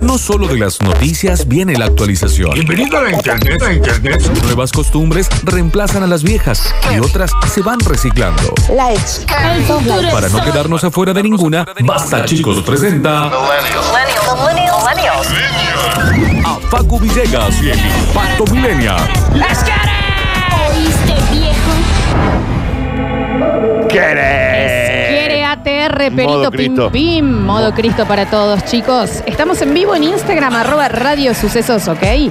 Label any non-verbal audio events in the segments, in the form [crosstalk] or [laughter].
No solo de las noticias viene la actualización. Bienvenido a la internet, a internet. Nuevas costumbres reemplazan a las viejas y otras se van reciclando. Likes. Para no quedarnos afuera de ninguna, Basta Chicos presenta a Facu Villegas y el Impacto Millennial. ¿Oíste, viejo? Quiere ATR, Perito Modo Pim Cristo. Pim. Modo Cristo para todos, chicos. Estamos en vivo en Instagram, arroba Radio Sucesos, ¿ok? Oh,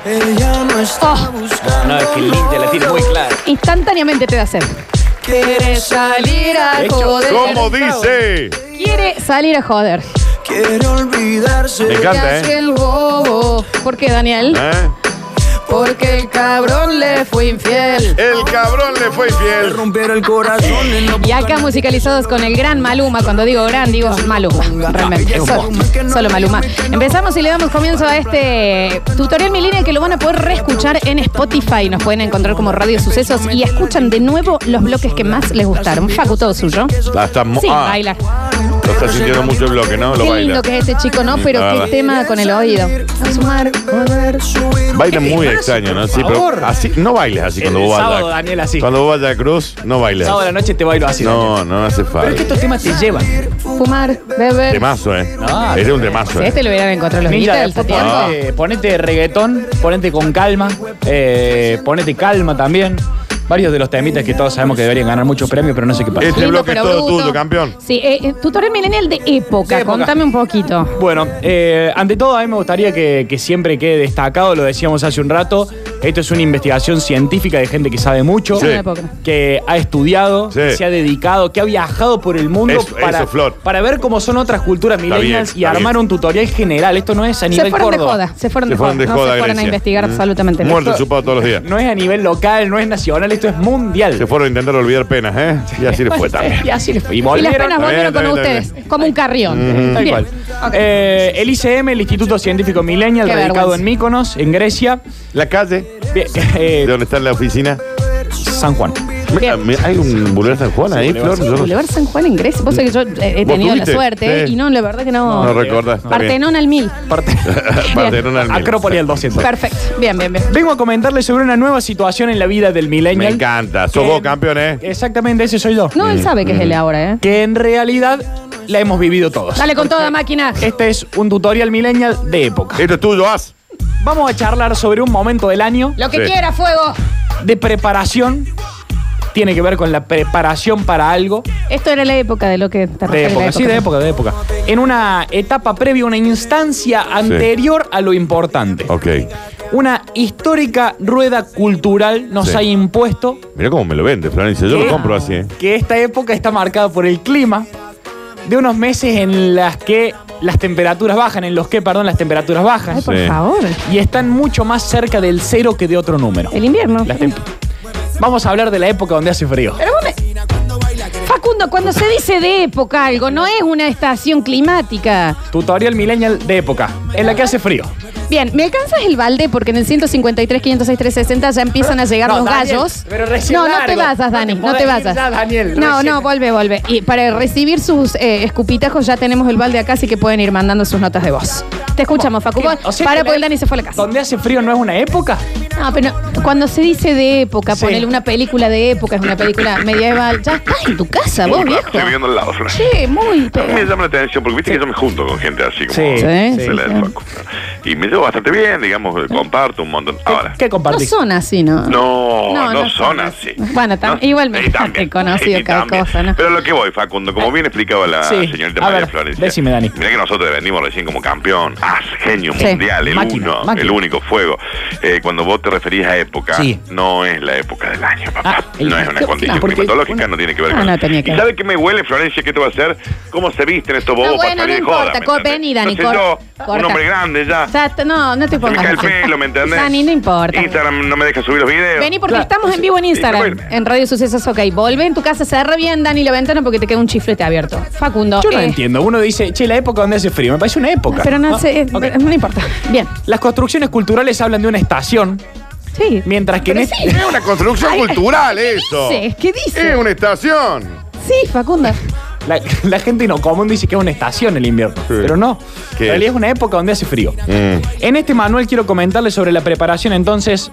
No, es que Lidia la tiene muy clara. instantáneamente te da sed. Quiere salir a joder. ¿Cómo dice? Quiere salir a joder. Quiere olvidarse Me ¿Qué encanta, hace ¿eh? el bobo? ¿Por qué, Daniel? ¿Eh? Porque el cabrón le fue infiel. El cabrón le fue de infiel. romper el corazón en la Y acá musicalizados con el gran Maluma. Cuando digo gran, digo Maluma. Realmente. Solo, solo Maluma. Empezamos y le damos comienzo a este tutorial millennial que lo van a poder reescuchar en Spotify. Nos pueden encontrar como Radio Sucesos y escuchan de nuevo los bloques que más les gustaron. Facu, todo suyo. La está mo- Sí, ah, baila. Lo está sintiendo mucho el bloque, ¿no? Lo Qué baila. lindo que es este chico, ¿no? Pero La qué verdad. tema con el oído. A sumar, joder. Baila muy extraño, ¿no? Sí, pero así, no bailes así cuando El vos vayas. sábado, Daniel, así. Cuando vos vayas a Cruz, no bailes. Sábado de la noche te bailo así. Daniel. No, no hace Pero es que falta. estos temas te llevan. Fumar, beber. Temazo, ¿eh? No, Este es un temazo, Si a ¿eh? este lo hubieran encontrado los Milla, Beatles, después ¿te Ah, acuerdas? ponete, ponete reggaetón, ponete con calma, eh, ponete calma también. Varios de los temitas que todos sabemos que deberían ganar muchos premios, pero no sé qué pasa. Este Lindo, bloque es pero todo bruto. tuyo, campeón. Sí, eh, eh, tutorial millennial de época. De época. Contame un poquito. Bueno, eh, ante todo a mí me gustaría que, que siempre quede destacado, lo decíamos hace un rato, esto es una investigación científica de gente que sabe mucho, Sí. que ha estudiado, Sí. que se ha dedicado, que ha viajado por el mundo Eso- para, eso, Flor. para ver cómo son otras culturas Está millennials bien, y está armar bien. un tutorial general. Esto no es a nivel Se fueron de Córdoba. joda. Se fueron de Se fueron joda. de No joda, se fueron a Grecia. investigar Mm. absolutamente nada. Muerto chupado todos los [laughs] días. No es a nivel local, no es nacional, esto es mundial. Se fueron a intentar olvidar penas, ¿eh? Y así [laughs] les fue también. Y así les fue. Y Y las volvieron. penas volvieron Está con bien, está bien, ustedes, está como un Mm-hmm. carrión. Tal Bien. cual. Eh, el ICM, el Instituto Científico Millennial, Qué radicado vergüenza. en Míconos, en Grecia. La calle, Bien, [laughs] de eh, donde está la oficina. San Juan. Mira, mira, hay un Boulevard San Juan ahí, Flor. Yo no- Boulevard San Juan en Grecia. Vos sabés que yo eh, he ¿Vos tenido la tuviste? suerte Sí. y no, la verdad que no. No recordás. está bien. Partenón al mil. [laughs] Parte. Partenón al mil. Acrópolis al 200. Perfecto. Bien, bien, bien. Vengo a comentarles sobre una nueva situación en la vida del Me millennial. encanta. Sos Que- vos, campeón, ¿eh? Exactamente, ese soy yo. Mm-hmm. No, él sabe que es el ahora, ¿eh? Que en realidad la hemos vivido todos. Dale con toda máquina. Este es un tutorial millennial de época. Esto es tuyo, haz. Vamos a charlar sobre un momento del año Lo que Sí. quiera, fuego. de preparación. Tiene que ver con la preparación para algo. Esto era la época de lo que De te refieres, la época, sí, de época, de época. En una etapa previa, una instancia anterior a lo importante. Ok. Una histórica rueda cultural nos Sí. ha impuesto Mira cómo me lo vende, Florencia. Yo que- lo compro así, ¿eh? que esta época está marcada por el clima de unos meses en las que las temperaturas bajan, en los que, perdón, las temperaturas bajan Ay, por Sí. favor. y están mucho más cerca del cero que de otro número. El invierno. Las tem- Vamos a hablar de la época donde hace frío. Pero vos me- Facundo, cuando se dice de época algo, no es una estación climática. Tutorial millennial de época, en la que hace frío. Bien, ¿me alcanzas el balde? Porque en el 153, 506, 360 ya empiezan a llegar No, los Daniel, gallos. pero recién no, no largo. te vayas, Dani, No te no te podés ir vayas. ya, Daniel, no, recién. no, vuelve, vuelve. Y para recibir sus eh, escupitajos ya tenemos el balde acá, así que pueden ir mandando sus notas de voz. Te escuchamos, Facu. Vos- O sea que para, la- porque el Dani se fue a la casa. ¿Donde hace frío no es una época? No, pero cuando se dice de época, Sí. ponele una película de época, es una película medieval, ya estás en tu casa, vos, viejo. Estoy viviendo al lado, Flor. Sí, muy A mí me pegado. llama la atención porque viste que yo me junto con gente así como Sí, Sí, de la sí, del sí. Facu. Y me llevo bastante bien, digamos, eh, comparto un montón. Ahora, ¿Qué No compartís? son así, ¿no? no, no, son así. Bueno, tam- No, igualmente [laughs] sí, también. he conocido Sí, cada también. cosa, ¿no? Pero lo que voy, Facundo, como bien explicaba la Sí. señorita A María ver, Florencia. decime, Dani. Mirá que nosotros vendimos recién como campeón, as, genio Sí. mundial, el Máquina, uno, máquina. el único fuego. Eh, cuando vos te referís a época, Sí. no es la época del año, papá. Ah, el- no es una ¿qué- condición qué- porque- climatológica, no tiene que ver Ah, con no eso. tenía que ¿Y ver. sabe qué me huele, Florencia? ¿Qué te va a hacer? ¿Cómo se visten estos bobos No, para bueno, salir no de joda, importa, ¿me co- entendés? vení, Dani, Entonces corta, yo, corta. un hombre grande ya. O sea, t- no, no te Se me pongas. cae el así. pelo, ¿me entendés? Dani, no importa. Instagram no me deja subir los videos. Vení porque Claro. estamos en vivo en Instagram, Sí, en Radio Sucesos, ok. Volve en tu casa, cerra bien, Dani, la ventana porque te queda un chiflete abierto. Facundo. Yo no eh, entiendo. Uno dice, che, la época donde hace frío. Me parece una época. Ah, Pero no, sé, eh, ok. no importa. Bien. Las construcciones culturales hablan de una estación, Sí. mientras que en Pero este- sí. Es una construcción Ay, cultural ¿qué eso. dices? ¿Qué dices? Es una estación. Sí, Facundo. La, [laughs] la gente no común dice que es una estación el invierno, pero no. ¿Qué En realidad es? es una época donde hace frío. Mm. En este manual quiero comentarles sobre la preparación entonces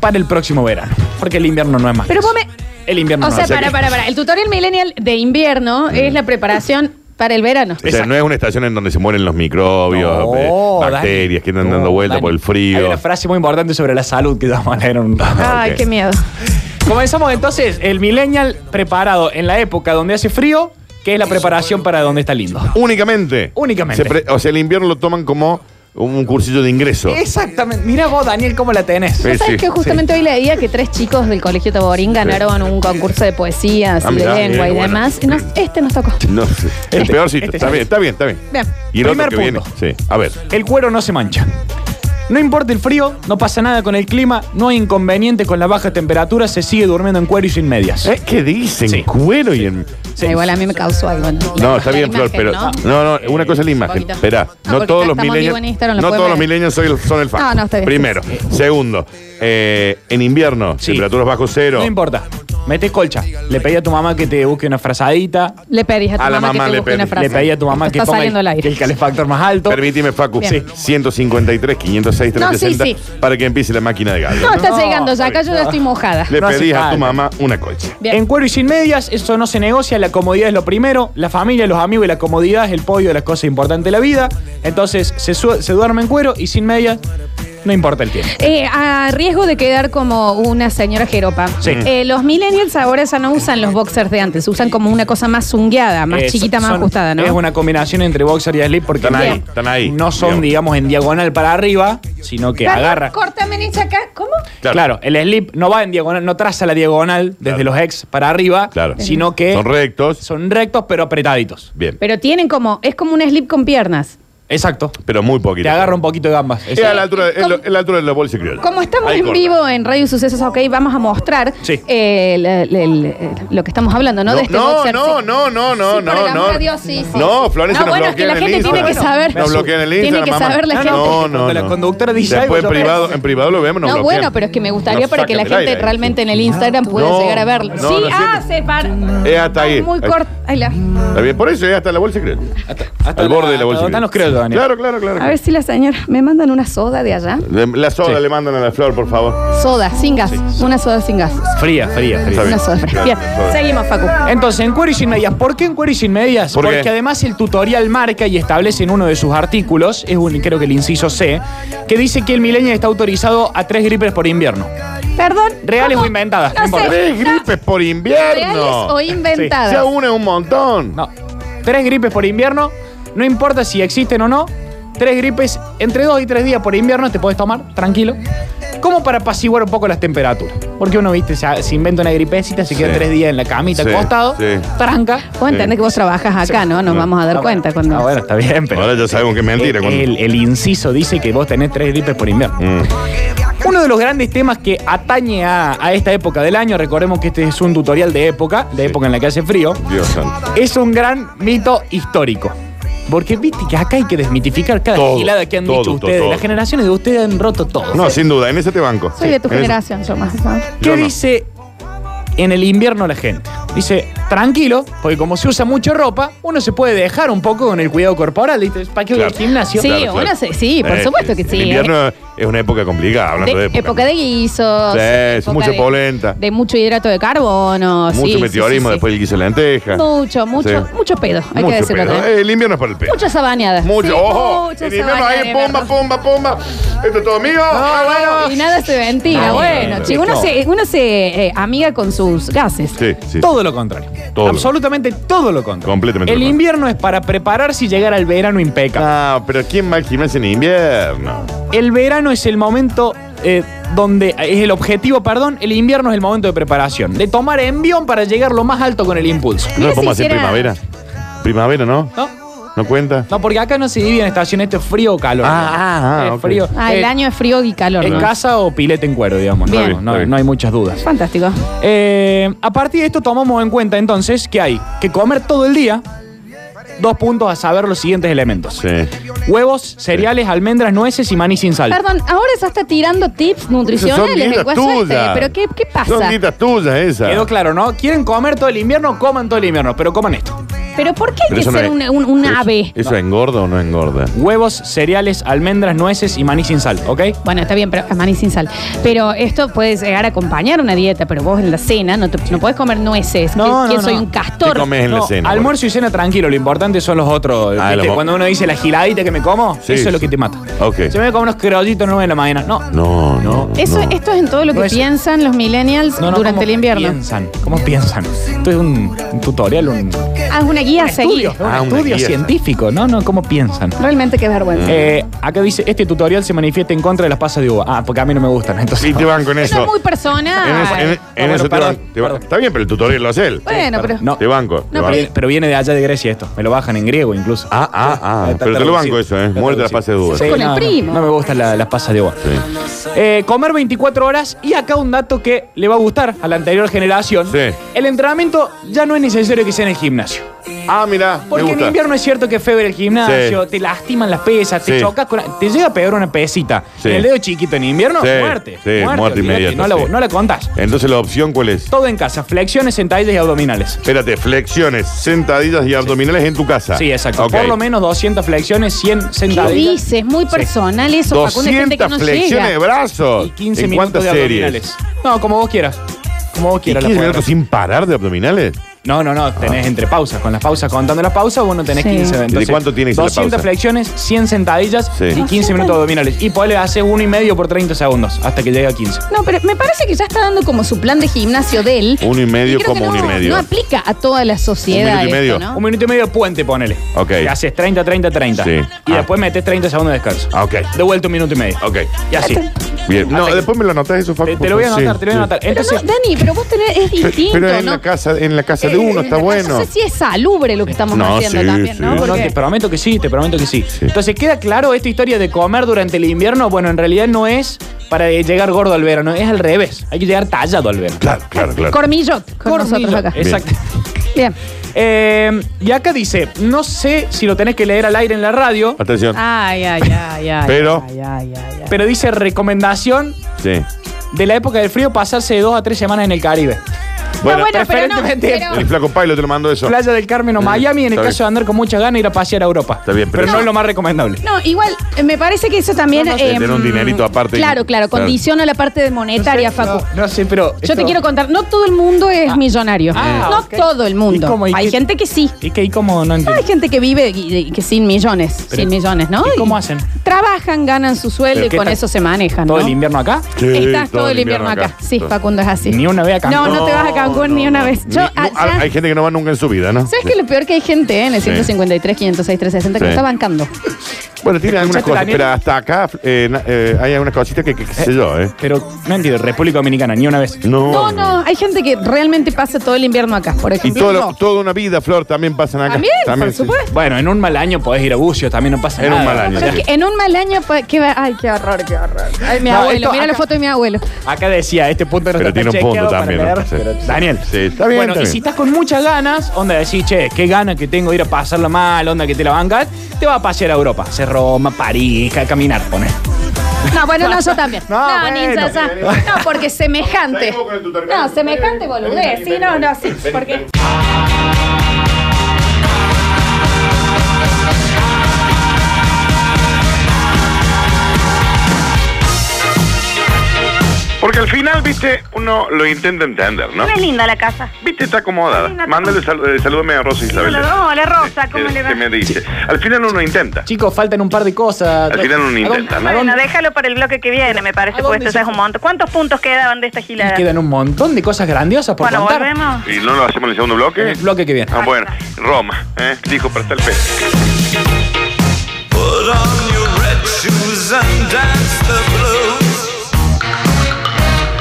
para el próximo verano, porque el invierno no es más. Pero que vos eso. me- El invierno O no sea, es más para, que- para, para. El tutorial millennial de invierno es Mm. la preparación para el verano. O sea, no es una estación en donde se mueren los microbios, No, eh, bacterias Dani. que andan No, dando vuelta Dani. por el Hay frío. una frase muy importante sobre la salud que vamos a leer en un rato. Ay, ok. qué miedo. Comenzamos entonces el millennial preparado en la época donde hace frío, que es la preparación para donde está lindo. Únicamente. Únicamente. Se pre- o sea, el invierno lo toman como un cursillo de ingreso. Exactamente. Mira vos, Daniel, cómo la tenés. Sí, ¿Sabes sí, que justamente hoy leía que tres chicos del Colegio Taborín ganaron un concurso de poesías Ah, y de mirá, lengua bien, y bueno. demás? Y nos- este nos tocó. No, sí. el Este- peorcito. este- está bien, está bien, está bien. Bien. Y el otro Primer que punto. viene. Sí, a ver. El cuero no se mancha. No importa el frío, no pasa nada con el clima, no hay inconveniente con la baja temperatura, se sigue durmiendo en cuero y sin medias. ¿Eh? ¿Qué dicen? Sí. Cuero y en. Sí. Ah, Igual a mí me causó algo. ¿no? No, está La bien, Flor, imagen, pero. ¿no? No, no, una cosa es la imagen. Poquito. Espera, Ah, no porque todos acá los estamos en vivo milenios. en Instagram, lo No pueden todos los ver. milenios son el, son el fan. No, no, está bien. Primero. Segundo, eh, en invierno, Sí. temperaturas bajo cero. No importa. Mete colcha. Le pedí a tu mamá que te busque una frazadita. Le pedís a tu A la mamá, que mamá te le busque pedí. una frase. Le pedí a tu mamá que Está ponga saliendo el, al aire. el calefactor más alto. Permíteme, Facu. Bien. 153, 506, No, sí, 360. sí. Para que empiece la máquina de gas. No, [laughs] está No, llegando ya. Acá yo ya estoy mojada. Le no hace pedís a tu falta. mamá una colcha. Bien. En cuero y sin medias, eso no se negocia, la comodidad es lo primero, la familia, los amigos y la comodidad es el pollo de las cosas importantes de la vida. Entonces, se, su- se duerme en cuero y sin medias, no importa el tiempo. Eh, a riesgo de quedar como una señora jeropa. Sí. Mm. Eh, los millennials ahora ya no usan los boxers de antes, usan como una cosa más zungueada, más Eh, chiquita, son- más ajustada, ¿no? Es una combinación entre boxer y slip porque Están ahí, no- están ahí, No son, digamos, en diagonal para arriba, sino que Perdón, agarra. Córtame, Nietzsche, acá. ¿Cómo? Claro. Claro. el slip no va en diagonal, no traza la diagonal desde Claro. los ex para arriba, Claro. sino que Son rectos. son rectos pero apretaditos. Bien. Pero tienen como, es como un slip con piernas. Exacto. Pero muy poquito. Te agarra un poquito de gambas. Es a la altura, de- es lo- es la altura de la bolsa criolla. Como estamos Ahí en corta. vivo en Radio Sucesos, ok, vamos a mostrar Sí. eh, el- el- el- eh, lo que estamos hablando, ¿no? No, de este no, boxer, no, sí. no, no, no, Sí, por el no, amor no. a Dios, sí, sí. No, Florencia No, nos bueno, es que bloquean la el gente tiene Instagram. que saber. Nos bloquean el Tiene Instagram, que mamá. saber la gente. No, no, Cuando la no. conductora dice Después algo, yo- en privado, en privado lo vemos, nos No, bloquean. bueno, pero es que me gustaría Nos para que la sacan del gente aire. realmente en el Instagram pueda No, llegar a verlo. no, sí, lo ah, siento. se para. Es hasta ahí. Muy Ahí. corto. Ahí la- Está bien, por eso es hasta la bolsa criolla. hasta Al la- borde de la bolsa hasta donde criolla. están los criollos, Daniel. Claro, claro, claro. A ver si la señora. ¿Me mandan una soda de allá? Le- La soda Sí. le mandan a la flor, por favor. Soda, sin gas. Una soda sin gas. Fría, fría, fría. Está bien. Eh, Una soda fría. Bien. Soda. Seguimos, Facu. Entonces, en cuero y sin medias. ¿Por qué en cuero y sin medias? ¿Por qué? Porque además el tutorial marca y establece en uno de sus artículos, es un, creo que el inciso C, que dice que el milenio está autorizado a tres gripes por invierno. Perdón. Reales ¿cómo? o inventadas, No no importa. sé. Tres gripes por Reales o invierno. inventadas. Se une un montón. No. Tres gripes por invierno, no importa si existen o no. Tres gripes entre dos y tres días por invierno te puedes tomar, tranquilo. Como para apaciguar un poco las temperaturas. Porque uno, viste, se, se inventa una gripecita, se queda Sí. tres días en la camita Sí, acostado, sí. tranca. Vos entendés que vos trabajas acá, ¿no? Nos vamos a dar cuenta cuando. Ah, bueno, está bien, pero. Ahora ya sabemos que es mentira. El, cuando- el- el inciso dice que vos tenés tres gripes por invierno. Mm. Uno de los grandes temas que atañe a, a esta época del año, recordemos que este es un tutorial de época, de época en la que hace frío, Dios santo. es un gran mito histórico. Porque viste que acá hay que desmitificar cada Todo, gilada que han todo, dicho todo, ustedes. todo. Las generaciones de ustedes han roto todo. No, sin duda, en ese te banco. Soy de tu En ese- generación, yo más. ¿no? ¿Qué yo no. dice en el invierno la gente? Dice, tranquilo, porque como se usa mucha ropa, uno se puede dejar un poco con el cuidado corporal. ¿viste? ¿Para qué voy al Claro. Eh, gimnasio? Sí, bueno, sí, sí, por supuesto que el sí, eh. invierno es una época complicada, hablando De- de época, época. de guisos. Sí, época mucha de- polenta. De mucho hidrato de carbono. sí, Mucho sí, meteorismo, sí, sí. después el guiso de lenteja. Mucho, mucho, Sí. mucho pedo, hay que Mucho decirlo pedo. también. Eh, El invierno es para el pedo. Mucha sabaneada. Mucho, Sí, ojo. mucha En invierno sabaneada, ahí, pomba, ¿verdad? pomba, pomba. Esto es todo mío. Ah, bueno. Y nada se ventila. No, bueno, no, no, chico, no. uno se, uno se eh, amiga con sus gases. Sí, sí. Todo lo contrario. Todo lo- Absolutamente todo lo contrario. Completamente El lo contrario. invierno es para prepararse y llegar al verano impecable. No, pero ¿quién va al gimnasio en invierno? El verano es el momento eh, donde es el objetivo, perdón, el invierno es el momento de preparación, de tomar envión para llegar lo más alto con el impulso. ¿No Mira lo si podemos hacer hiciera- primavera? Primavera, ¿no? ¿No? ¿No cuenta? No, porque acá no se divide en estaciones, esto es frío o calor. Ah, ah, Es ok. frío. Ah, el Eh, año es frío y calor. En ¿no? casa o pilete en cuero, digamos. Bien. No, no- Está bien. no hay muchas dudas. Fantástico. Eh, a partir de esto tomamos en cuenta entonces que hay que comer todo el día. Dos puntos a saber los siguientes elementos. Sí. Huevos, cereales, almendras, nueces y maní sin sal. Perdón, ahora ya está tirando tips Esas son nutricionales del dietas guaso este, tuyas. Pero ¿qué, qué pasa? Son dietas tuyas esas. Quedó claro, ¿no? ¿Quieren comer todo el invierno? Coman todo el invierno, pero coman esto. Pero ¿por qué hay Pero que eso no ser es- un, un- un eso- ave? ¿Eso engorda o no engorda? Huevos, cereales, almendras, nueces y maní sin sal, ¿ok? Bueno, está bien, pero maní sin sal. Pero esto puede llegar a acompañar una dieta, pero vos en la cena no, te, no podés comer nueces. No, ¿Qué- no, ¿Quién no. soy un ¿Qué castor? comes en la No, cena? almuerzo y cena tranquilo, lo importante son los otros. Ah, ¿viste? los- Cuando uno dice la giladita que me como, Sí, eso es sí. lo que te mata. Ok. Se me come unos crollitos nueve de la mañana. No, No, no, no. Eso, no. Esto es en todo lo que No es- piensan los millennials no, durante ¿cómo el invierno. Piensan, ¿Cómo piensan? Esto es un, un tutorial, un Haz Ah, una guía a seguir. estudio, es un Ah, una estudio guía. Mm. científico. No, no, ¿cómo piensan? Realmente qué vergüenza. Eh, acá dice, este tutorial se manifiesta en contra de las pasas de uva. Ah, porque a mí no me gustan, [laughs] entonces. Sí, te van con Eso eso. es muy En esa- en- personal. en bueno, eso te perdón, van- te van- perdón. Está bien, pero el tutorial lo hace él. Bueno, pero. No, Te banco. te No, banco. Pero- pero viene de allá de Grecia esto. Me lo bajan en griego incluso. Ah, ah, ah. Está pero te lo traducido. banco eso, ¿eh? Está Muerte la traducido. fase de duda. Sí. Con el no, no, primo. No, me gustan la- las pasas de uva. Eh, comer 24 horas y acá un dato que le va a gustar a la anterior generación. Sí. El entrenamiento ya no es necesario que sea en el gimnasio. Ah, mira. Me Porque en gusta. invierno es cierto que es febre el gimnasio, Sí. te lastiman las pesas, te Sí. chocas con la- Te llega a pegar una pesita. Sí. En el dedo chiquito en invierno, Sí, muerte. sí, muerte olvídate, inmediata, No la, sí. no la contás. Entonces, ¿la opción cuál es? Todo en casa, flexiones, sentadillas y abdominales. Espérate, flexiones, sentadillas y abdominales en tu casa. Sí, exacto. Ah, Ok. Por lo menos 200 flexiones, 100 ¿Qué sentadillas. dices? Muy personal eso, Facundo. Hay gente que 200 no flexiones de llega. brazos. y 15 ¿En minutos cuántas de series? abdominales. No, como vos quieras. Como vos ¿Y quieras. 15 la podés minutos Ah. hacer. sin parar de abdominales? No, no, no, tenés entre pausas. Con las pausas, contando las pausas, vos no tenés Sí. 15 ¿Y de entonces, cuánto tiene que ser la 200 pausa? flexiones, 100 sentadillas Sí. y 15 200. minutos abdominales. Y podés hacer uno y medio por 30 segundos hasta que llegue a 15. No, pero me parece que ya está dando como su plan de gimnasio de él. Uno y medio creo que como no, uno y medio. No aplica a toda la sociedad. Un minuto y medio. Esto, ¿no? Un minuto y medio de puente, ponele. Ok. Y haces 30, 30, 30. Sí. Y Ah. después metes 30 segundos de descanso. Ah, ok. De vuelta un minuto y medio. Ok. Y así. Bien. No, Hasta que- después me lo anotás eso, Facu. Te, te lo voy a Sí, anotar, te lo voy a sí. anotar. Pero no, Entonces, Dani, pero vos tenés, es Pe- distinto, Pero en ¿no? la casa, en la casa de uno Eh, está eh, No bueno. sé si es salubre lo que estamos No, haciendo sí, también, ¿no? sí. No, no, Porque- te prometo que sí, te prometo que sí. Entonces, ¿queda claro esta historia de comer durante el invierno? Bueno, en realidad no es para eh, llegar gordo al verano, es al revés. Hay que llegar tallado al verano. Claro, claro, claro. Cormillot con nosotros Cornillo. acá. Exacto. Bien. Eh, y acá dice, no sé si lo tenés que leer al aire en la radio, Atención. Ay, ay, ay, ay. Pero- Ay, ay, ay, ay. pero dice recomendación Ah. Sí. de la época del frío pasarse de dos a tres semanas en el Caribe. No, Bueno, bueno, pero no. preferentemente- pero- el flaco Pailo te lo mando eso. [laughs] Playa del Carmen o Mm, Miami, en el está caso de bien. andar con mucha gana, ir a pasear a Europa. Está bien, pero pero no no. es lo más recomendable. No, igual, eh, me parece que eso también. em, No, no sé, tener un dinerito aparte y- Claro, claro, claro. condiciona la parte de monetaria, Facu. No, no sé, pero... Yo te esto- quiero contar, no todo el mundo es millonario. Ah, no ok. todo el mundo. ¿Y cómo? ¿Y Hay qué- gente que sí. ¿Y qué? ¿Y cómo? No entiendo. Hay gente que vive y- y que sin millones, Pero- sin millones, ¿no? ¿y cómo hacen? Trabajan, ganan su sueldo ¿Pero y qué con tal? eso se manejan. ¿Todo ¿no? el invierno acá? Sí, Estás todo, el invierno acá. Sí, Entonces, Facundo es así. Ni una vez a Cancún. No, no te vas a Cancún ni una vez. Yo, ni- ah, no, hay- ¿sabes? hay gente que no va nunca en su vida, ¿no? ¿Sabes que lo peor que hay gente eh, en el 153, 506, 360 que Sí. está bancando? Bueno, tiene algunas ¿Escuchaste, cosas, Daniel? pero hasta acá eh, na- eh, hay algunas cositas que, que- qué sé yo, ¿eh? Pero no entiendo, República Dominicana, ni una vez. No. No, no, hay gente que realmente pasa todo el invierno acá, por Y ejemplo. todo yo. lo- toda una vida, Flor, también pasan acá. También, por sí. supuesto. Bueno, en un mal año podés ir a Bucio, también no pasa En un nada. mal año, Pero es que en un mal año, pa- qué va- ay, qué horror, qué horror. Ay, mi No, abuelo, esto mira la acá- foto de mi abuelo. Acá decía, este punto no Pero está tiene un punto chequeado para también, ¿no? leer, Sí. pero- Daniel. Sí, está bien, Bueno, está y bien. si estás con muchas ganas, onda decís, che, qué ganas que tengo de ir a pasarla mal, onda que te la bancan, te va a pasear a Europa. Hacer Roma, París, a caminar, poner. No, bueno, no, yo también. No, No, ni bueno. Sasa. No, porque semejante. Seguimos con el tutorial. No, semejante boludez. Sí, no, no, sí. Porque. Porque al final, viste, uno lo intenta entender, ¿no? Ah. Es linda la casa. Viste, está acomodada. Linda, Mándale sal- eh, salúdame a Rosa Isabel. Hola, hola, Rosa, ¿cómo Eh, le va? que me dice. Al final uno intenta. Chicos, faltan un par de cosas. Al final uno intenta, ¿no? ¿A Bueno, dónde- déjalo para el bloque que viene, me ¿A parece, dónde pues esto se ya es un fue? montón. ¿Cuántos puntos quedaban de esta Y gilada? quedan un montón de cosas grandiosas por Bueno, contar. volvemos. ¿Y no lo hacemos en el segundo En bloque? el bloque que viene. Ah, bueno. Roma, ¿eh? Dijo para estar el pez. Put on your red shoes and dance the blues.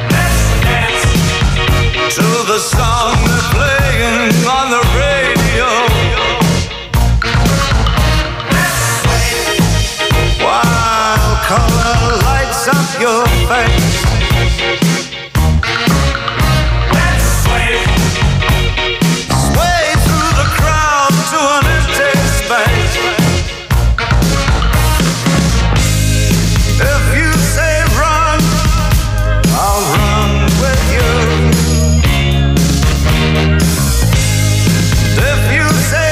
Let's dance to the song they're playing on the radio. While color lights up your face. Let's sway. Sway through the crowd to an empty space. If you say run, I'll run with you. If you say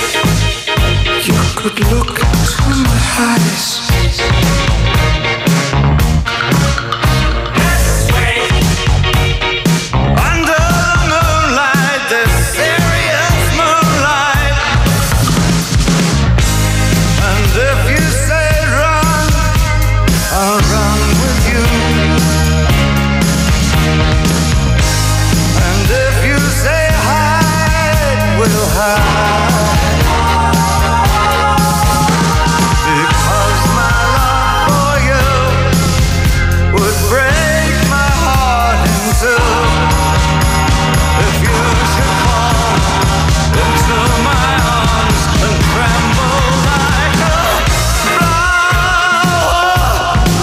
You could look into my eyes. Under the moonlight, the serious moonlight. And if you say run, I'll run with you. And if you say hide, we'll hide. Because my love for you would break my heart in two. If you should fall into my arms and tremble like a flower,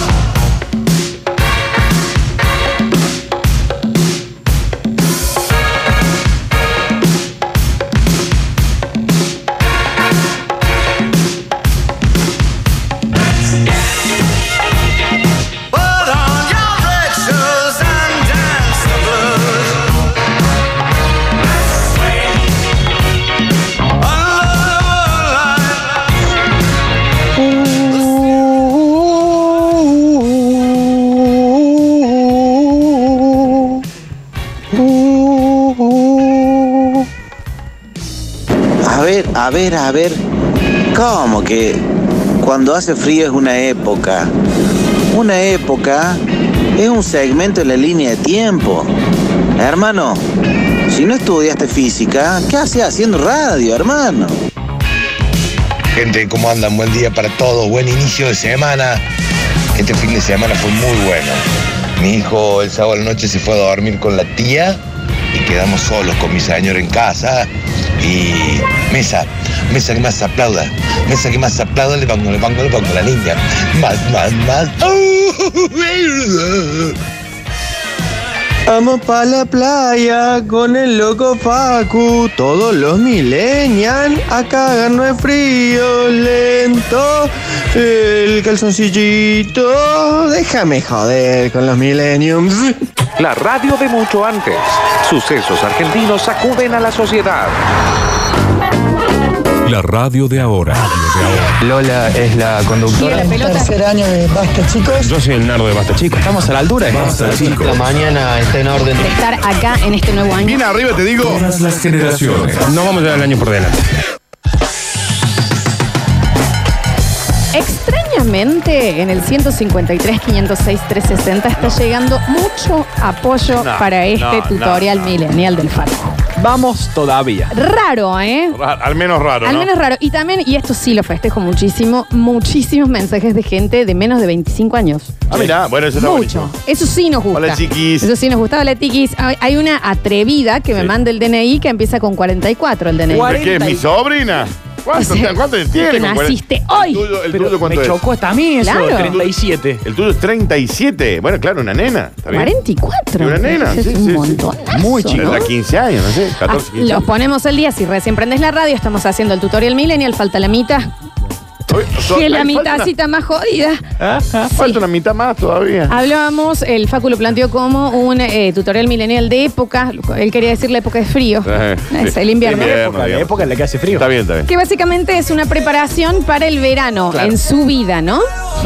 put on your red shoes and dance the blues. Under the moonlight, A ver, a ver, a ver. ¿Cómo que cuando hace frío es una época? Una época es un segmento en la línea de tiempo. Hermano, si no estudiaste física, ¿qué haces haciendo radio, hermano? Gente, ¿cómo andan? Buen día para todos, buen inicio de semana. Este fin de semana fue muy bueno. Mi hijo el sábado a la noche se fue a dormir con la tía y quedamos solos con mi señor en casa. Y mesa, mesa que más aplauda, mesa que más aplauda, le pongo, le pongo, le pongo a la niña. Más, más, más. [laughs] Vamos pa' la playa con el loco Facu, todos los millennials a cagarnos de frío, lento, el calzoncillito, déjame joder con los millenniums. La radio de mucho antes. Sucesos argentinos sacuden a la sociedad. La radio de ahora. Lola es la conductora. Pelota. año de Basta, chicos. Yo soy el nardo de Basta Chico. Estamos a la altura. Basta, chicos. mañana está en orden. De estar acá en este nuevo año. Bien arriba te digo. Todas las generaciones. No vamos a llevar el año por delante. Extrañamente, en el 153, 506, 360 está llegando mucho apoyo No, para este no, tutorial no, no. millennial del Facu. Vamos todavía. Raro, ¿eh? Ra- Al menos raro, Al ¿no? menos raro. Y también, y esto sí lo festejo muchísimo, muchísimos mensajes de gente de menos de 25 años. Ah, mirá, bueno, eso está Mucho. buenísimo. Eso sí nos gusta. Hola, chiquis. Eso sí nos gusta. Hola, chiquis. Hay hay una atrevida que me Sí. manda el DNI que empieza con 44 el DNI. ¿Pero qué es mi sobrina? ¿Cuánto, O sea, cuánto tiene? que Con cuarenta- naciste hoy. ¿El tuyo, el tuyo Pero cuánto me es? chocó hasta a mí eso. Claro. 37. El tuyo es 37. Bueno, claro, una nena. ¿Está bien? 44. Y una nena, Es sí, un sí, sí. montón. Muy chica. ¿no? Tendrá 15 años, no sé. 14, Ah, 15. Los ponemos el día. Si recién prendes la radio, estamos haciendo el tutorial Millennial. Falta la mitad. Oye, so- Que la ay, falta una- mitadcita más jodida. Ah, Sí. Falta una mitad más todavía. Hablábamos, el Facu lo planteó como un eh, tutorial millennial de época. Él quería decir la época de frío. Eh, [laughs] es sí. el invierno. Invierno. Época, la digamos. época en la que hace frío. Está bien, está bien. Que básicamente es una preparación para el verano Claro. en su vida, ¿no?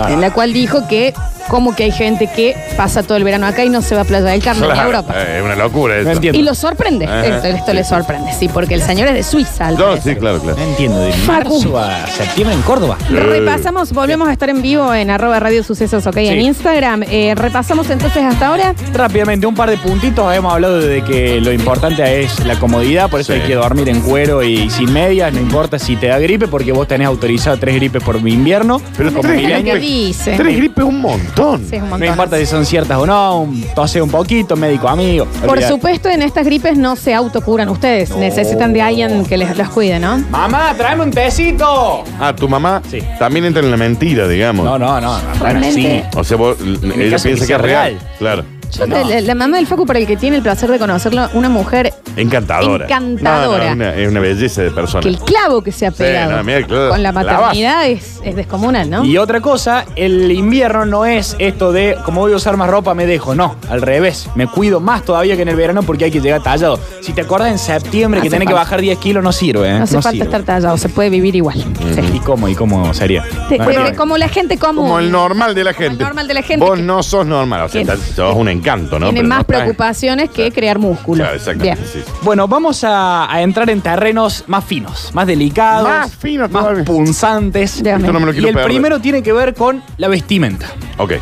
En la cual dijo que como que hay gente que pasa todo el verano acá y no se va a Playa del Carmen en Claro, Europa. eh, Es una locura eso. No entiendo. Y lo sorprende. Ajá. Esto, esto le sorprende, sí, porque el señor es de Suiza. al No, parecer. sí, claro, claro. entiendo. De Facu. a septiembre en Córdoba. Repasamos, volvemos a estar en vivo en arroba radio sucesos, ok, en Instagram. Eh, repasamos entonces hasta ahora. Rápidamente, un par de puntitos. Habíamos hablado de que lo importante es la comodidad, por eso Sí. hay que dormir en cuero y sin medias. No importa si te da gripe, porque vos tenés autorizado tres gripes por invierno. Pero Como tres mira lo que gripes- dice. Tres gripes es un montón. Sí, es un No montón. importa si son ciertas o no, un- tose un poquito, médico amigo. Por olvidate. supuesto, en estas gripes no se autocuran ustedes. Necesitan de alguien que les los cuide, ¿no? Mamá, tráeme un tecito. Ah, tu mamá Sí. también entra en la mentira, digamos. No, no, no. no, bueno, Realmente. sí. O sea, vos, ella caso piensa que que, sea es real. real. Claro. Yo, la, la mamá del Facu, para el que tiene el placer de conocerlo, una mujer Encantadora. Encantadora. No, no, es una- es una belleza de persona. que el clavo que se ha Sí, pegado no, mira, el clavo. con la La base. maternidad es, es descomunal, ¿no? Y otra cosa, el invierno no es esto de como voy a usar más ropa, me dejo. No, al revés. Me cuido más todavía que en el verano porque hay que llegar tallado. Si te acordás en septiembre que Hace tenés que falta. bajar 10 kilos, no sirve, ¿eh? no hace falta sirve. estar tallado, se puede vivir igual. Sí. ¿Y cómo? ¿Y cómo sería? Te- No, te- no, no. como la gente común. Como el normal de la gente. normal de la gente Vos que- no sos normal. O sea, Tiene- estás- sos un encanto, ¿no? Tiene Pero más no estás- preocupaciones que crear músculo. Claro, exactamente. Bien. sí, sí. Bueno, vamos a, a entrar en terrenos más finos, más delicados, Más fino más todavía. punzantes. Dígame. Esto no me lo Y quiero el perder. primero tiene que ver con la vestimenta. Ok.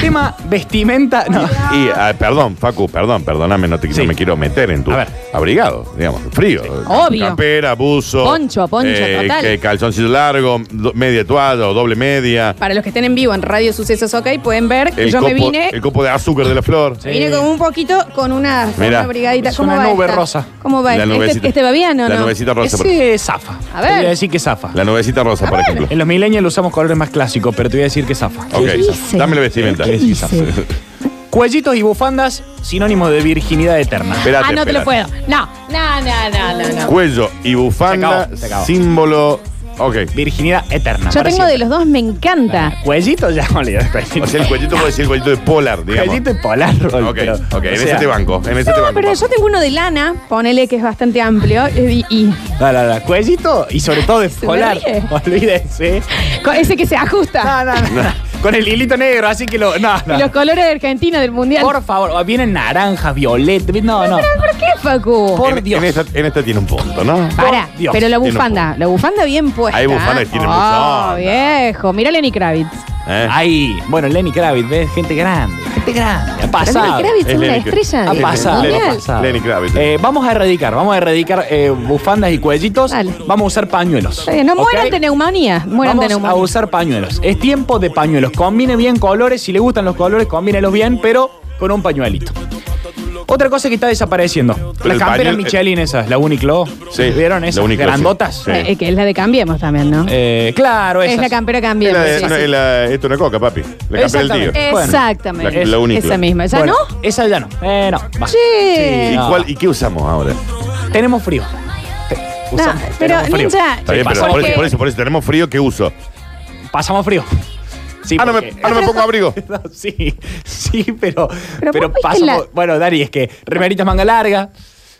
Tema vestimenta. No. Y, ah, perdón, Facu, perdón, perdóname, no, te, no Sí. me quiero meter en tu A ver. abrigado, digamos, frío. Obvio. Campera, buzo. eh, Poncho, poncho, total. que calzoncillo largo, do- media toalla o doble media. Para los que estén en vivo en Radio Sucesos OK, pueden ver que El yo copo, me vine, el copo de azúcar de la flor. Sí. vine con un poquito, con una, con Mira. una brigadita. Es ¿Cómo una va nube esta? rosa. ¿Cómo va? La este, nubecita. este va bien o La no? nubecita rosa. por- Ese zafa. A ver. Te voy a decir que zafa. la nubecita rosa, por ejemplo. En los millennials usamos colores más clásicos, pero te voy a decir que zafa. Ok, dice? dame la vestimenta. ¿Qué dice? Cuellitos y bufandas, sinónimo de virginidad eterna. Espérate, ah, no te lo espérate. puedo. No, no, no, no, no. no. Cuello y bufanda, Se acabó, se acabó. símbolo. Ok. Virginidad eterna. Yo para tengo de siempre. los dos, me encanta. Cuellito ya olvidé. Cuellito. O sea, el cuellito puede decir el cuellito de polar, digamos. Cuellito y polar. Roll, Ok, pero, ok, o en sea, ese te banco. En ese te No, banco. pero papá. yo tengo uno de lana, ponele que es bastante amplio, y, y- No, no, no, Cuellito y sobre todo de Se me polar. ríe. Olvídense. con ese que se ajusta. No, no, no. [laughs] Con el hilito negro, así que lo. No, Y no. Los colores de Argentina del Mundial. Por favor, vienen naranjas, violetas. No, no. ¿Por qué, Facu? Por en, Dios. en esta, en esta tiene un punto, ¿no? Para, Por Dios. pero la Tiene un bufanda, la bufanda bien puesta. Hay bufanda que tiene oh, mucha onda. viejo, mira Lenny Kravitz. ¿Eh? Ahí. Bueno, Lenny Kravitz, ¿ves? Gente grande. Gente grande. Ha Pero pasado. Lenny Kravitz es, Es una Lenny Kravitz. estrella Ha del pasado. Lenny, ha Mundial. pasado. Lenny Kravitz. Eh, vamos a erradicar, vamos a erradicar eh, bufandas y cuellitos. Dale. Vamos a usar pañuelos. Está bien, No ¿ok? mueran de neumonía, mueran de Vamos a neumonía. usar pañuelos. Es tiempo de pañuelos. Combine bien colores. Si le gustan los colores, combínelos bien, pero con un pañuelito. Otra cosa que está desapareciendo. Pero las el camperas pañuel- Michelin esas, la Uniqlo. Sí, ¿Vieron la esas? Uniqlo, sí. Grandotas. Sí. Eh, que es la de Cambiemos también, ¿no? Eh, claro, esas. es la campera Es la de- Cambiemos. sí, no, sí. es la- esto es una coca, papi. La campera del tío. Exactamente. bueno. Exactamente. La- la Uniqlo. Esa misma. ¿Ya Bueno, no? Esa ya no. Eh, no. va. Sí. ¿Y, No. cuál, ¿Y qué usamos ahora? Tenemos frío. Te- No, usamos- pero tenemos frío. ninja. Está bien, Sí, pero pasa por porque- eso, por eso, por eso tenemos frío, ¿qué uso? Pasamos frío. Sí, Ah, no me, porque- ah, no me pongo abrigo. ¿Eh? No, [laughs] sí, sí, pero, Pero pero, vos viste paso la- por- Bueno, Dani, es que remeritas manga larga,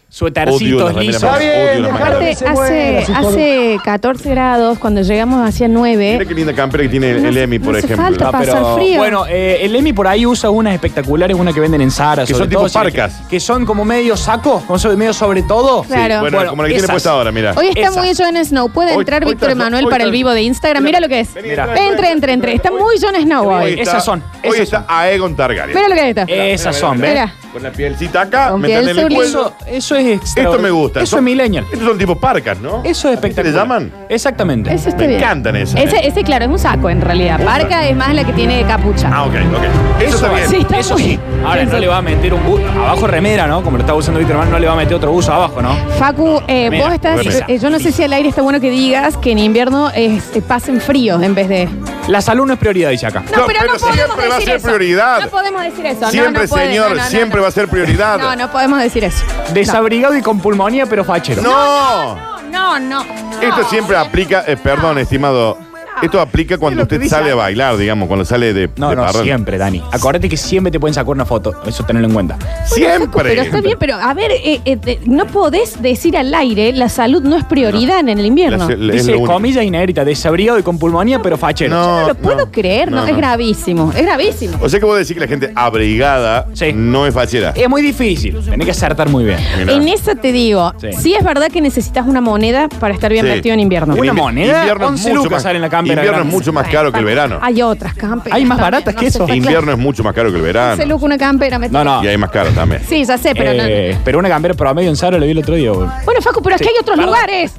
Odio suetercitos las remeras lisos. manga- odio las dejate- mangas largas. Aparte, hace, hace 14 grados, cuando llegamos hacia Mira 9. qué linda campera que tiene el, No el hace- Emi, por no hace ejemplo. falta Ah, pero- pasar frío. Bueno, eh, el Emi por ahí usa unas espectaculares, una que venden en Zara. Que sobre son tipo todo, si- parcas. Que son como medio saco, como sobre- medio sobre todo. Claro. Bueno, Bueno, como la que esas. tiene puesta ahora, mira. Hoy está esa. muy Jon Snow. Puede Hoy- entrar hoy Víctor está- Emanuel hoy para está- el vivo de Instagram. Mira lo que es. Vení, Mira. entra, Entre, entre, entre. Está muy Jon Snow Hoy hoy. está- Esas son, Hoy esas está Aegon Targaryen. Mira lo que es esto. Esas son, ¿ves? Mira. Con la pielcita acá, Con me en el piel cuello. Eso, eso es Esto extraordinario. me gusta. Eso Son- es millennial. Estos son tipo parcas, ¿no? Eso es ¿Así se le espectacular. llaman? Exactamente. Eso está Me bien. encantan esas. ¿eh? Ese, ese, claro, es un saco en realidad. Parca es más la que tiene capucha. Ah, ok, ok. Eso, está bien. Sí, está Eso muy- sí. Ahora no le va a meter un buzo. Abajo remera, ¿no? Como lo estaba usando Víctor Manuel, no le va a meter otro buzo abajo, ¿no? Facu, eh, Mira, vos estás. mira. eh, yo no sé si al aire está bueno que digas que en invierno es- eh, pasen fríos en vez de. La salud no es prioridad, dice acá. No, No, pero, no pero podemos siempre decir va a ser eso. prioridad. No podemos decir eso. No, Siempre, no puede, señor, no, no, no, siempre no. va a ser prioridad. No, no podemos decir eso. Desabrigado y con pulmonía, pero fachero. ¡No! No, no. Esto siempre aplica, eh, perdón, estimado. Esto aplica cuando lo que usted dice sale a Ana. bailar, digamos, cuando sale Eh, de, No, de no, parranda. siempre, Dani. Acuérdate que siempre te pueden sacar una foto. Eso tenerlo en cuenta. Siempre. Pero está bien, pero a ver, eh, eh, eh, no podés decir al aire la salud no es prioridad en el invierno. La- la- es Dice lo único. comillas inéditas, desabrigado y con pulmonía, pero fachero. No. Yo no lo puedo no, creer, no, no, es no. gravísimo, es gravísimo. O sea que vos decís que la gente abrigada Sí. no es fachera. Eh, Es muy difícil. Tenés que acertar muy bien. Mirá. En esa te digo, sí. Sí. es verdad que necesitas una moneda para estar bien Sí. vestido en invierno. Una En invi- moneda, invierno es 11 mucho lucas más- sale en la cámara Invierno es grande. mucho más caro que el verano. Hay otras camperas. Hay más también, baratas que sé, eso. está claro. Invierno es mucho más caro que el Se verano. luca una campera. me- No, no. Y hay más caro también. Sí, ya sé, pero no- Eh, pero una campera promedio en Saro lo vi el otro día. boludo. Bueno, Facu, pero es sí, que hay otros perdón. lugares.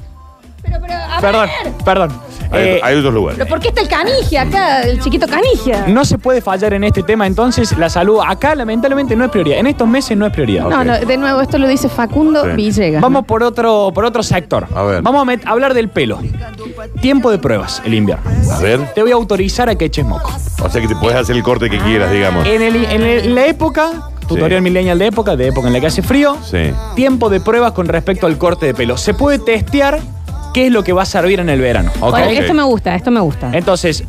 Pero, pero, a Perdón, ver. perdón. Hay, Eh, hay otros lugares. ¿Pero por qué está el canigia acá, el chiquito canigia? no se puede fallar en este tema, entonces la salud acá lamentablemente no es prioridad. En estos meses no es prioridad. No, Ok. no, de nuevo, esto lo dice Facundo Sí. Villegas. Vamos por otro, por otro sector. A ver. Vamos a met- hablar del pelo. Tiempo de pruebas, el invierno. A ver. Te voy a autorizar a que eches moco. Eh, O sea que te puedes hacer el corte que quieras, digamos. En, el- en el- en la época Tutorial millennial de época, de época en la que hace frío. Sí. Tiempo de pruebas con respecto al corte de pelo. Se puede testear qué es lo que va a servir en el verano. Bueno, Esto me gusta, esto me gusta. Entonces,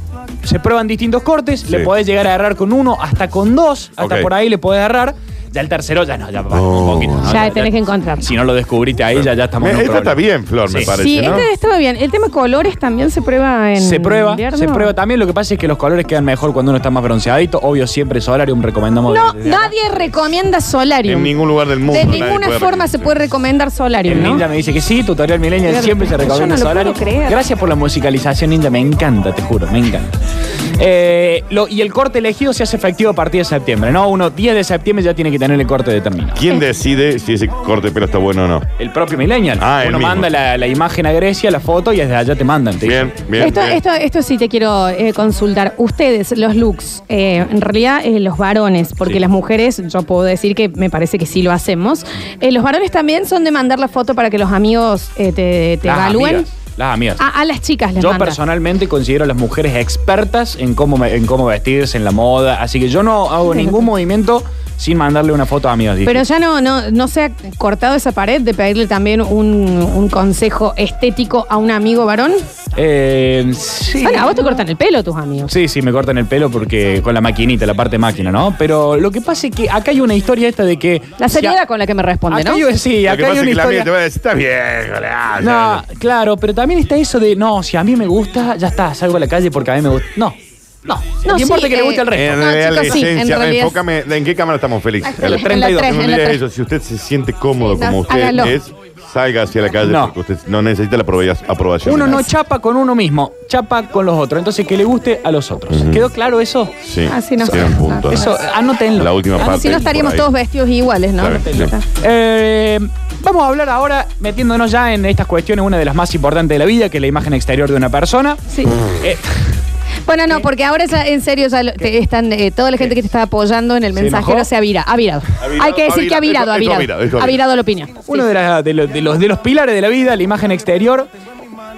se prueban distintos cortes, le Sí. podés llegar a agarrar con uno, hasta con dos, hasta Ok. por ahí le podés agarrar. Ya el tercero, ya no, ya va un poquito. ¿no? ya tenés que encontrar. Si no lo descubriste ahí, ya, ya estamos Me- en un esta problema. está bien, Flor, me Sí. parece, Sí, ¿no? este estaba bien. El tema colores también se prueba en. Se prueba, invierno. se prueba también. Lo que pasa es que los colores quedan mejor cuando uno está más bronceadito. Obvio, siempre solarium recomendamos. No, desde- nadie recomienda Solarium. En ningún lugar del mundo De nadie ninguna puede forma se puede recomendar Solarium, El ¿no? ninja me dice que sí, tutorial millennial Claro, siempre se yo recomienda no lo Solarium. puedo creer. Gracias por la musicalización, ninja, me encanta, te juro, me encanta. Eh, lo- y el corte elegido se hace efectivo a partir de septiembre, ¿no? Uno, 10 de septiembre ya tiene que tener el corte determinado. ¿Quién decide si ese corte de pelo está bueno o no? El propio millennial. Ah, él Uno mismo. manda la, la imagen a Grecia, la foto y desde allá te mandan. bien, esto, esto, esto sí te quiero eh, consultar. Ustedes, los looks, eh, en realidad eh, los varones, porque las mujeres, yo puedo decir que me parece que sí lo hacemos. Eh, los varones también son de mandar la foto para que los amigos eh, te, te Las evalúen. amigas, las amigas. A, a las chicas les Yo manda. personalmente considero a las mujeres expertas en cómo, me- en cómo vestirse, en la moda, así que yo no hago ningún movimiento sin mandarle una foto a amigas. dije. Pero ya no, no, no se ha cortado esa pared de pedirle también un, un consejo estético a un amigo varón. Eh, sí. Bueno, a vos te cortan el pelo tus amigos. Sí, sí, me cortan el pelo porque con la maquinita, la parte máquina, ¿no? Pero lo que pasa es que acá hay una historia esta de que... La si a- seriedad con la que me responde, acá ¿no? yo- sí, Lo que acá hay pasa es una que la historia... mía te va a decir, está bien, joder, No, claro, pero también está eso de, no, si a mí me gusta, ya está, salgo a la calle porque a mí me gusta. No, no, no. No, No importa sí, que le guste eh, al resto. En No, realidad, chicos, sí, en esencia, realidad es- enfócame, ¿en qué cámara estamos, Félix? En la- en la tres, en la No me diga tres. eso, si usted se siente cómodo No, como usted hágalo. es, salga hacia la calle No. porque usted no necesita la aproba- aprobación. Uno de no nadie. chapa con uno mismo, chapa con los otros. Entonces, que le guste a los otros. ¿Quedó claro eso? Sí, Así Ah, no. tiene un punto. Eso, anótenlo. La última Ah, parte. si no estaríamos por ahí. todos vestidos iguales, ¿no? Está bien, sí. Eh, vamos a hablar ahora, metiéndonos ya en estas cuestiones, una de las más importantes de la vida, que es la imagen exterior de una persona. Sí. Eh, Bueno, no, porque ahora ya, en serio ya lo- te están eh, toda la gente que te está apoyando en el ¿Se mensajero enojó? se ha virado. Ha virado. Ha virado, Hay que ha decir que ha virado, virado, ha esto- esto ha virado, virado. esto ha Ha virado la opinión. Uno de, las- de los, de los- de los pilares de la vida, la imagen exterior,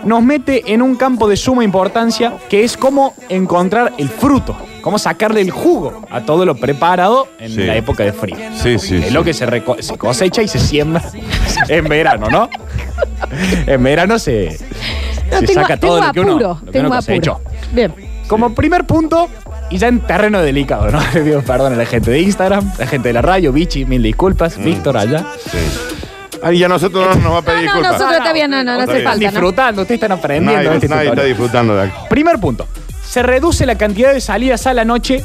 nos mete en un campo de suma importancia que es cómo encontrar el fruto, cómo sacarle el jugo a todo lo preparado en Sí. la época de frío. Sí, sí. Es lo que se, reco- se cosecha y se siembra [laughs] en verano, ¿no? En verano se, No, se tengo- saca todo tengo lo que uno, apuro, lo que tengo uno apuro. cosechó. Bien. Como primer punto, y ya en terreno delicado, ¿no? [laughs] Le digo, perdón a la gente de Instagram, la gente de la radio, Bichi, mil Mm. disculpas, Víctor allá. Ah, y a nosotros no nos va a pedir No, disculpas. nosotros está bien, no, no, no Está hace bien. falta. ¿no? Disfrutando, ustedes están aprendiendo. Nadie, este nadie está tutorial. disfrutando de acá. Primer punto. Se reduce la cantidad de salidas a la noche,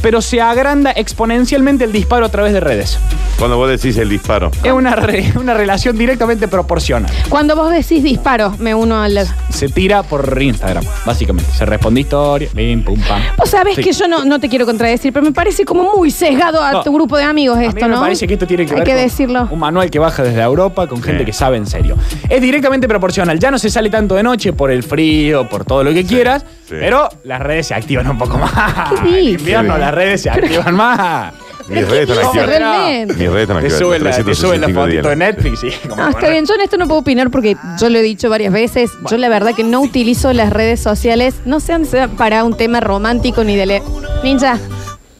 pero se agranda exponencialmente el disparo a través de redes. Cuando vos decís el disparo. Es una, re- [laughs] una relación directamente proporcional. Cuando vos decís disparos, me uno al. Se tira por Instagram, básicamente. Se responde historia, pim, pum, pam. Vos sabés Sí. que yo no, no te quiero contradecir, pero me parece como muy sesgado a No. tu grupo de amigos A mí esto, me ¿no? parece que esto tiene que Hay ver que con decirlo. un manual que baja desde Europa con gente que sabe en serio. Es directamente proporcional. Ya no se sale tanto de noche por el frío, por todo lo que quieras, pero las redes se activan un poco [laughs] más. ¿Qué En dices? invierno las redes se activan más. Mis redes están dice activadas. realmente? Mis redes están Te activadas. suben la, te suben la 365 días. fotito de Netflix. y como No, está bien, yo en esto no puedo opinar porque yo lo he dicho varias veces. Yo la verdad que no utilizo las redes sociales, no sean sea para un tema romántico ni de le... Ninja.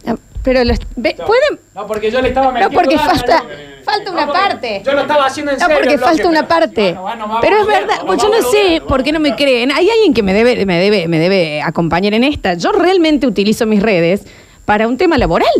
Ah, Pero los... ve- ¿Pueden? ah, No, porque yo le estaba No, metiendo porque ganas, falta, loco. falta una parte. Yo lo estaba haciendo en No, serio. porque loco, falta una pero- parte. bueno, vamos, Pero es vamos, verdad, vamos, yo no vamos, sé por qué no me creen. Hay alguien que me debe, me debe, me debe acompañar en esta. Yo realmente utilizo mis redes para un tema laboral.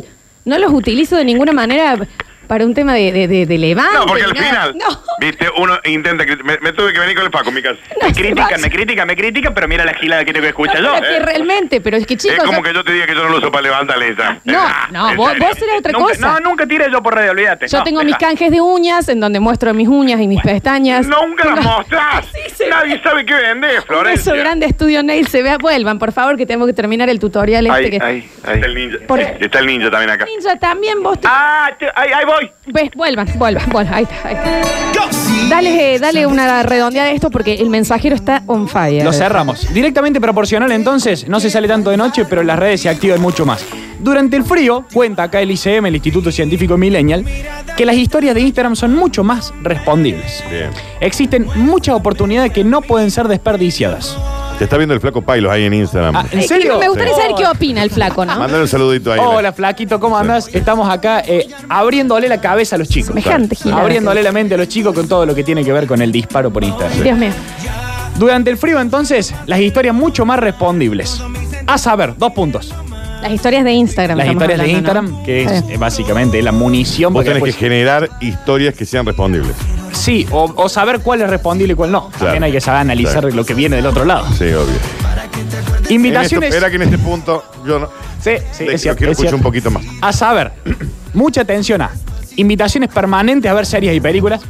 No los utilizo de ninguna manera para un tema de, de, de, de levante. No, porque al ni nada. final, viste, uno intenta. crit- Me, me tuve que venir con el Paco, mi casa. Me critican, me critican, me critican, pero mira la gilada que tengo que escuchar No, pero que realmente, pero es que eh. Es chicos. como yo- que yo te diga que yo no lo uso para levantarle esa. No, no, vos, vos eres otra Nunca- cosa. No, nunca tiré yo por radio, olvídate. Yo No, tengo mis deja. canjes de uñas en donde muestro mis uñas y mis pestañas. Nunca las Tengo- [laughs] mostrás. Nadie sabe qué vendés, Un beso Florencia. grande a Estudio Nail. Se vea, vuelvan, por favor, que tengo que terminar el tutorial este Ahí, que. ahí, ahí. Está el ninja. Por- Está el ninja también acá. Ninja, también vos. Ah, ahí, voy. Ves, vuelvan, vuelvan, vuelvan. Ahí está, ahí está. Dale, eh, dale una redondeada de esto porque el mensajero está on fire. Lo cerramos. Directamente proporcional entonces, no se sale tanto de noche, pero las redes se activan mucho más. Durante el frío, cuenta acá el ICM, el Instituto Científico Millennial, que las historias de Instagram son mucho más respondibles. Bien. Existen muchas oportunidades que no pueden ser desperdiciadas. Te está viendo el flaco Pailos ahí en Instagram. Ah, ¿en Eh, serio? Me gustaría Sí. saber qué opina el flaco, ¿no? Mándale un saludito ahí. Hola, flaquito, ¿cómo andas? Estamos acá eh, abriéndole la cabeza a los chicos. Semejante gilada. Abriéndole la mente a los chicos con todo lo que tiene que ver con el disparo por Instagram. Dios mío. Durante el frío, entonces, las historias mucho más respondibles. A saber, dos puntos. Las historias de Instagram. Las estamos historias de hablando, ¿no? Instagram, que es Está eh, básicamente la munición Vos para tenés que que generar historias que sean respondibles. después- Sí, o, o saber cuál es respondible y cuál no. También hay que saber analizar Claro. lo que viene del otro lado. Sí, obvio. En esto- Invitaciones. Era que en este punto yo no. Sí, sí, de- es lo cierto, quiero escuchar es cierto. un poquito más. A saber, [clears throat] mucha atención a invitaciones permanentes a ver series y películas.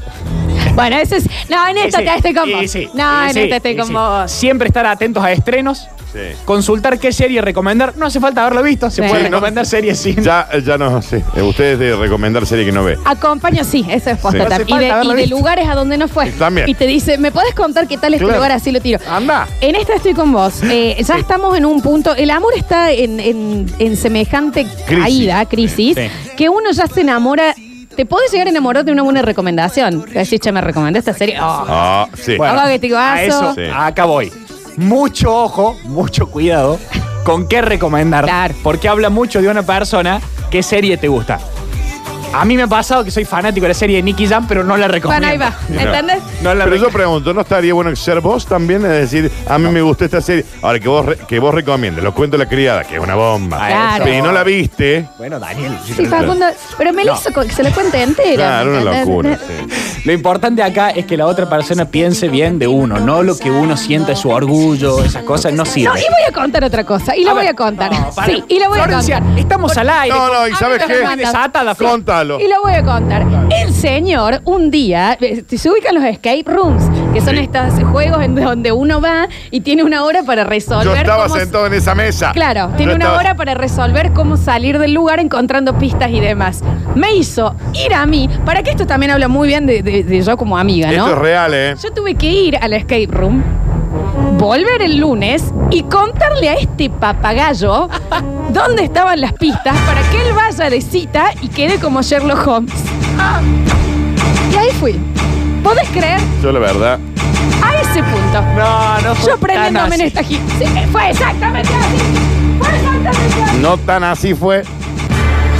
Bueno, eso es. No, en esta Sí, te estoy con sí, vos. sí, no, sí, en sí, esta estoy sí, con sí. vos. Siempre estar atentos a estrenos. Sí. Consultar qué serie recomendar. No hace falta haberlo visto. Se Sí. puede Sí, no. recomendar series sin. Ya, ya no sé. Eh, Ustedes de recomendar serie que no ve. Acompaño, sí, eso es posta Sí. también. No Y hace de, falta y de haberlo visto. lugares a donde no fue. Y también. Y te dice, ¿me podés contar qué tal este Claro. lugar? Así lo tiro. Anda. En esta estoy con vos. Eh, ya estamos en un punto. El amor está en, en- en semejante caída, crisis, Sí. que uno ya se enamora. Te podés llegar a enamorar de una buena recomendación. Te decís, che, me recomendé esta serie. Oh. Ah, sí. Bueno. Haga que te digo, a aso. eso, Sí. acá voy. Mucho ojo, mucho cuidado con qué recomendar. Claro. Porque habla mucho de una persona qué serie te gusta. A mí me ha pasado que soy fanático de la serie de Nicky Jam, pero no la recomiendo. Bueno, ahí va. ¿Entendés? No Pero la recomiendo. yo pregunto, ¿no estaría bueno ser vos también? Es decir, a mí me gustó esta serie. Ahora, que vos, re- que vos recomiendes, lo cuento a la criada, que es una bomba. A Claro. Pero y no la viste. Bueno, Daniel. Sí, Facundo. Pero me lo No. hizo con- que se la cuente entera. Claro, una locura. sí. Lo importante acá es que la otra persona piense bien de uno, no lo que uno sienta es su orgullo, esas cosas no No, sirven. y voy a contar otra cosa. Y la A voy ver, a contar. no, para. sí, y la voy a Florencia, contar. Estamos al aire. No, no, y ¿sabes Habla qué? con las Desatada, Flor. Contalo. Y lo voy a contar. El señor, un día, eh, se ubican los escape rooms, que son Sí. estos juegos en donde uno va y tiene una hora para resolver. Yo estaba cómo s- sentado en esa mesa. Claro, Yo tiene una estaba- hora para resolver cómo salir del lugar encontrando pistas y demás. Me hizo ir a mí, para que esto también habla muy bien de, de- de yo como amiga, Esto es ¿no? real, ¿eh? Yo tuve que ir al escape room, volver el lunes y contarle a [laughs] este papagayo dónde estaban las pistas para que él vaya de cita y quede como Sherlock Holmes. Y ahí fui. ¿Podés creer? Yo, la verdad. A ese punto. No, no. fue Yo tan prendiéndome en así. [laughs] esta gi- Sí, fue exactamente así. Fue exactamente así. No tan así fue,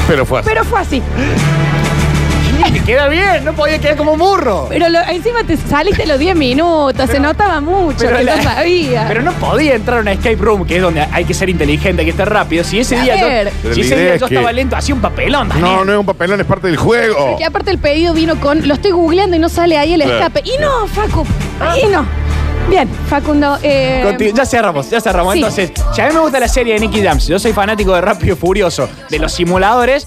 pero fue así. Pero fue así. Te queda bien, no podía quedar como un burro. Pero lo- encima te saliste los 10 minutos, se notaba mucho, que la- no sabía. pero no podía entrar a una escape room, que es donde hay que ser inteligente, hay que estar rápido. Si ese A día ver. yo, Pero si la ese idea día es yo que- estaba lento, hacía un papelón. No, Daniel. no es un papelón, es parte del juego. Que aparte el pedido vino con. Lo estoy googleando y no sale ahí el Claro. escape. Y no, Facu. Y no. Bien, Facundo. eh, Conti- ya cerramos, ya cerramos. Sí. Entonces, si a mí me gusta la serie de Nicky Jams, yo soy fanático de Rápido y Furioso, de los simuladores,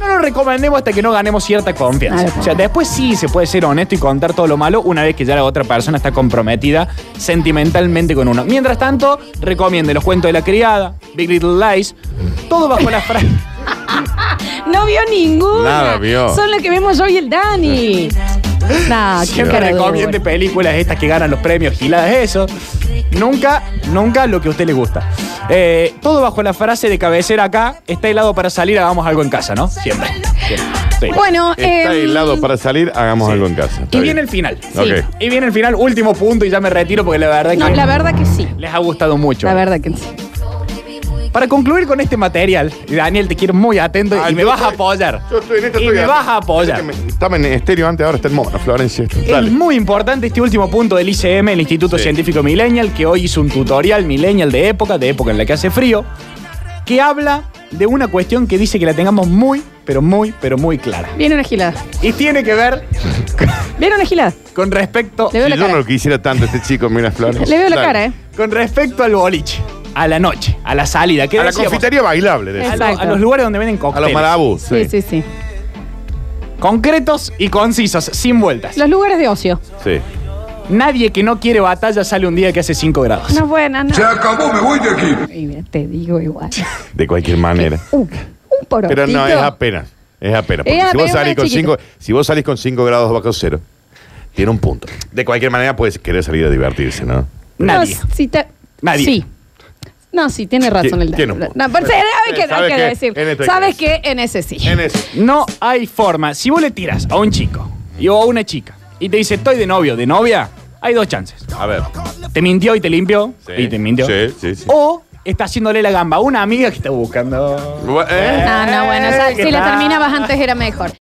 no lo recomendemos hasta que no ganemos cierta confianza. Claro. O sea, después sí se puede ser honesto y contar todo lo malo una vez que ya la otra persona está comprometida sentimentalmente con uno. Mientras tanto, recomiende los cuentos de la criada, Big Little Lies, todo bajo la [laughs] frase. no vio ninguna. Nada vio. Son las que vemos yo y el Dani. [laughs] no, qué Siempre cara dura. recomiende películas estas que ganan los premios, giladas eso. Nunca, nunca lo que a usted le gusta. Eh, todo bajo la frase de cabecera acá, está helado para salir, hagamos algo en casa, ¿no? Siempre. siempre. Sí. Bueno, Está eh, helado para salir, hagamos Sí. algo en casa. Está y bien. viene el final. Ok. Y viene el final, último punto y ya me retiro porque la verdad No, que la verdad que sí. les ha gustado mucho. La verdad que sí. Para concluir con este material, y Daniel, te quiero muy atento Ah, y me yo vas a estoy- apoyar. Yo estoy en esta y estoy me acá. vas a Es apoyar. que me- Estaba en estéreo antes, ahora está en mono, Florencia. Dale. Es muy importante este último punto del ICM, el Instituto Sí. Científico Millennial, que hoy hizo un tutorial millennial de época, de época en la que hace frío, que habla de una cuestión que dice que la tengamos muy, pero muy, pero muy clara. Viene una gilada. Y tiene que ver Viene una gilada. con respecto, Le veo Si la yo no cara. lo quisiera tanto este chico, mira, Florencia. [laughs] Le veo la Dale. cara, ¿eh? con respecto al boliche, a la noche, a la salida. ¿Qué A la decíamos? confitería bailable. de- A, lo- Exacto. a los lugares donde venden A los cócteles. marabús. Sí, sí, sí. concretos y concisos, sin vueltas. Los lugares de ocio. Sí. Nadie que no quiere batalla sale un día que hace 5 grados. No es buena, no. acabó, me voy de aquí. Y mira, te digo igual. [laughs] De cualquier manera. Un, un porotito. Pero no, es apenas. Es apenas. Porque Es si, vos apenas salís con chiquito. cinco, si vos salís con 5 grados bajo cero, tiene un punto. De cualquier manera, puedes querer salir a divertirse, ¿no? Nadie. No, si te- Nadie. Sí. No, sí, tiene razón Tiene- el tiene un No, punto. pero sí, hay que, hay ¿Sabes que qué? decir. En este Sabes caso. que en ese sí. En eso. No hay forma. Si vos le tiras a un chico y o a una chica y te dice estoy de novio, de novia, hay dos chances. A ver. Te mintió y te limpió. Sí. Y te mintió. Sí, sí, sí. O está haciéndole la gamba a una amiga que está buscando. Eh, No, no, bueno, o sea, si la terminabas antes era mejor.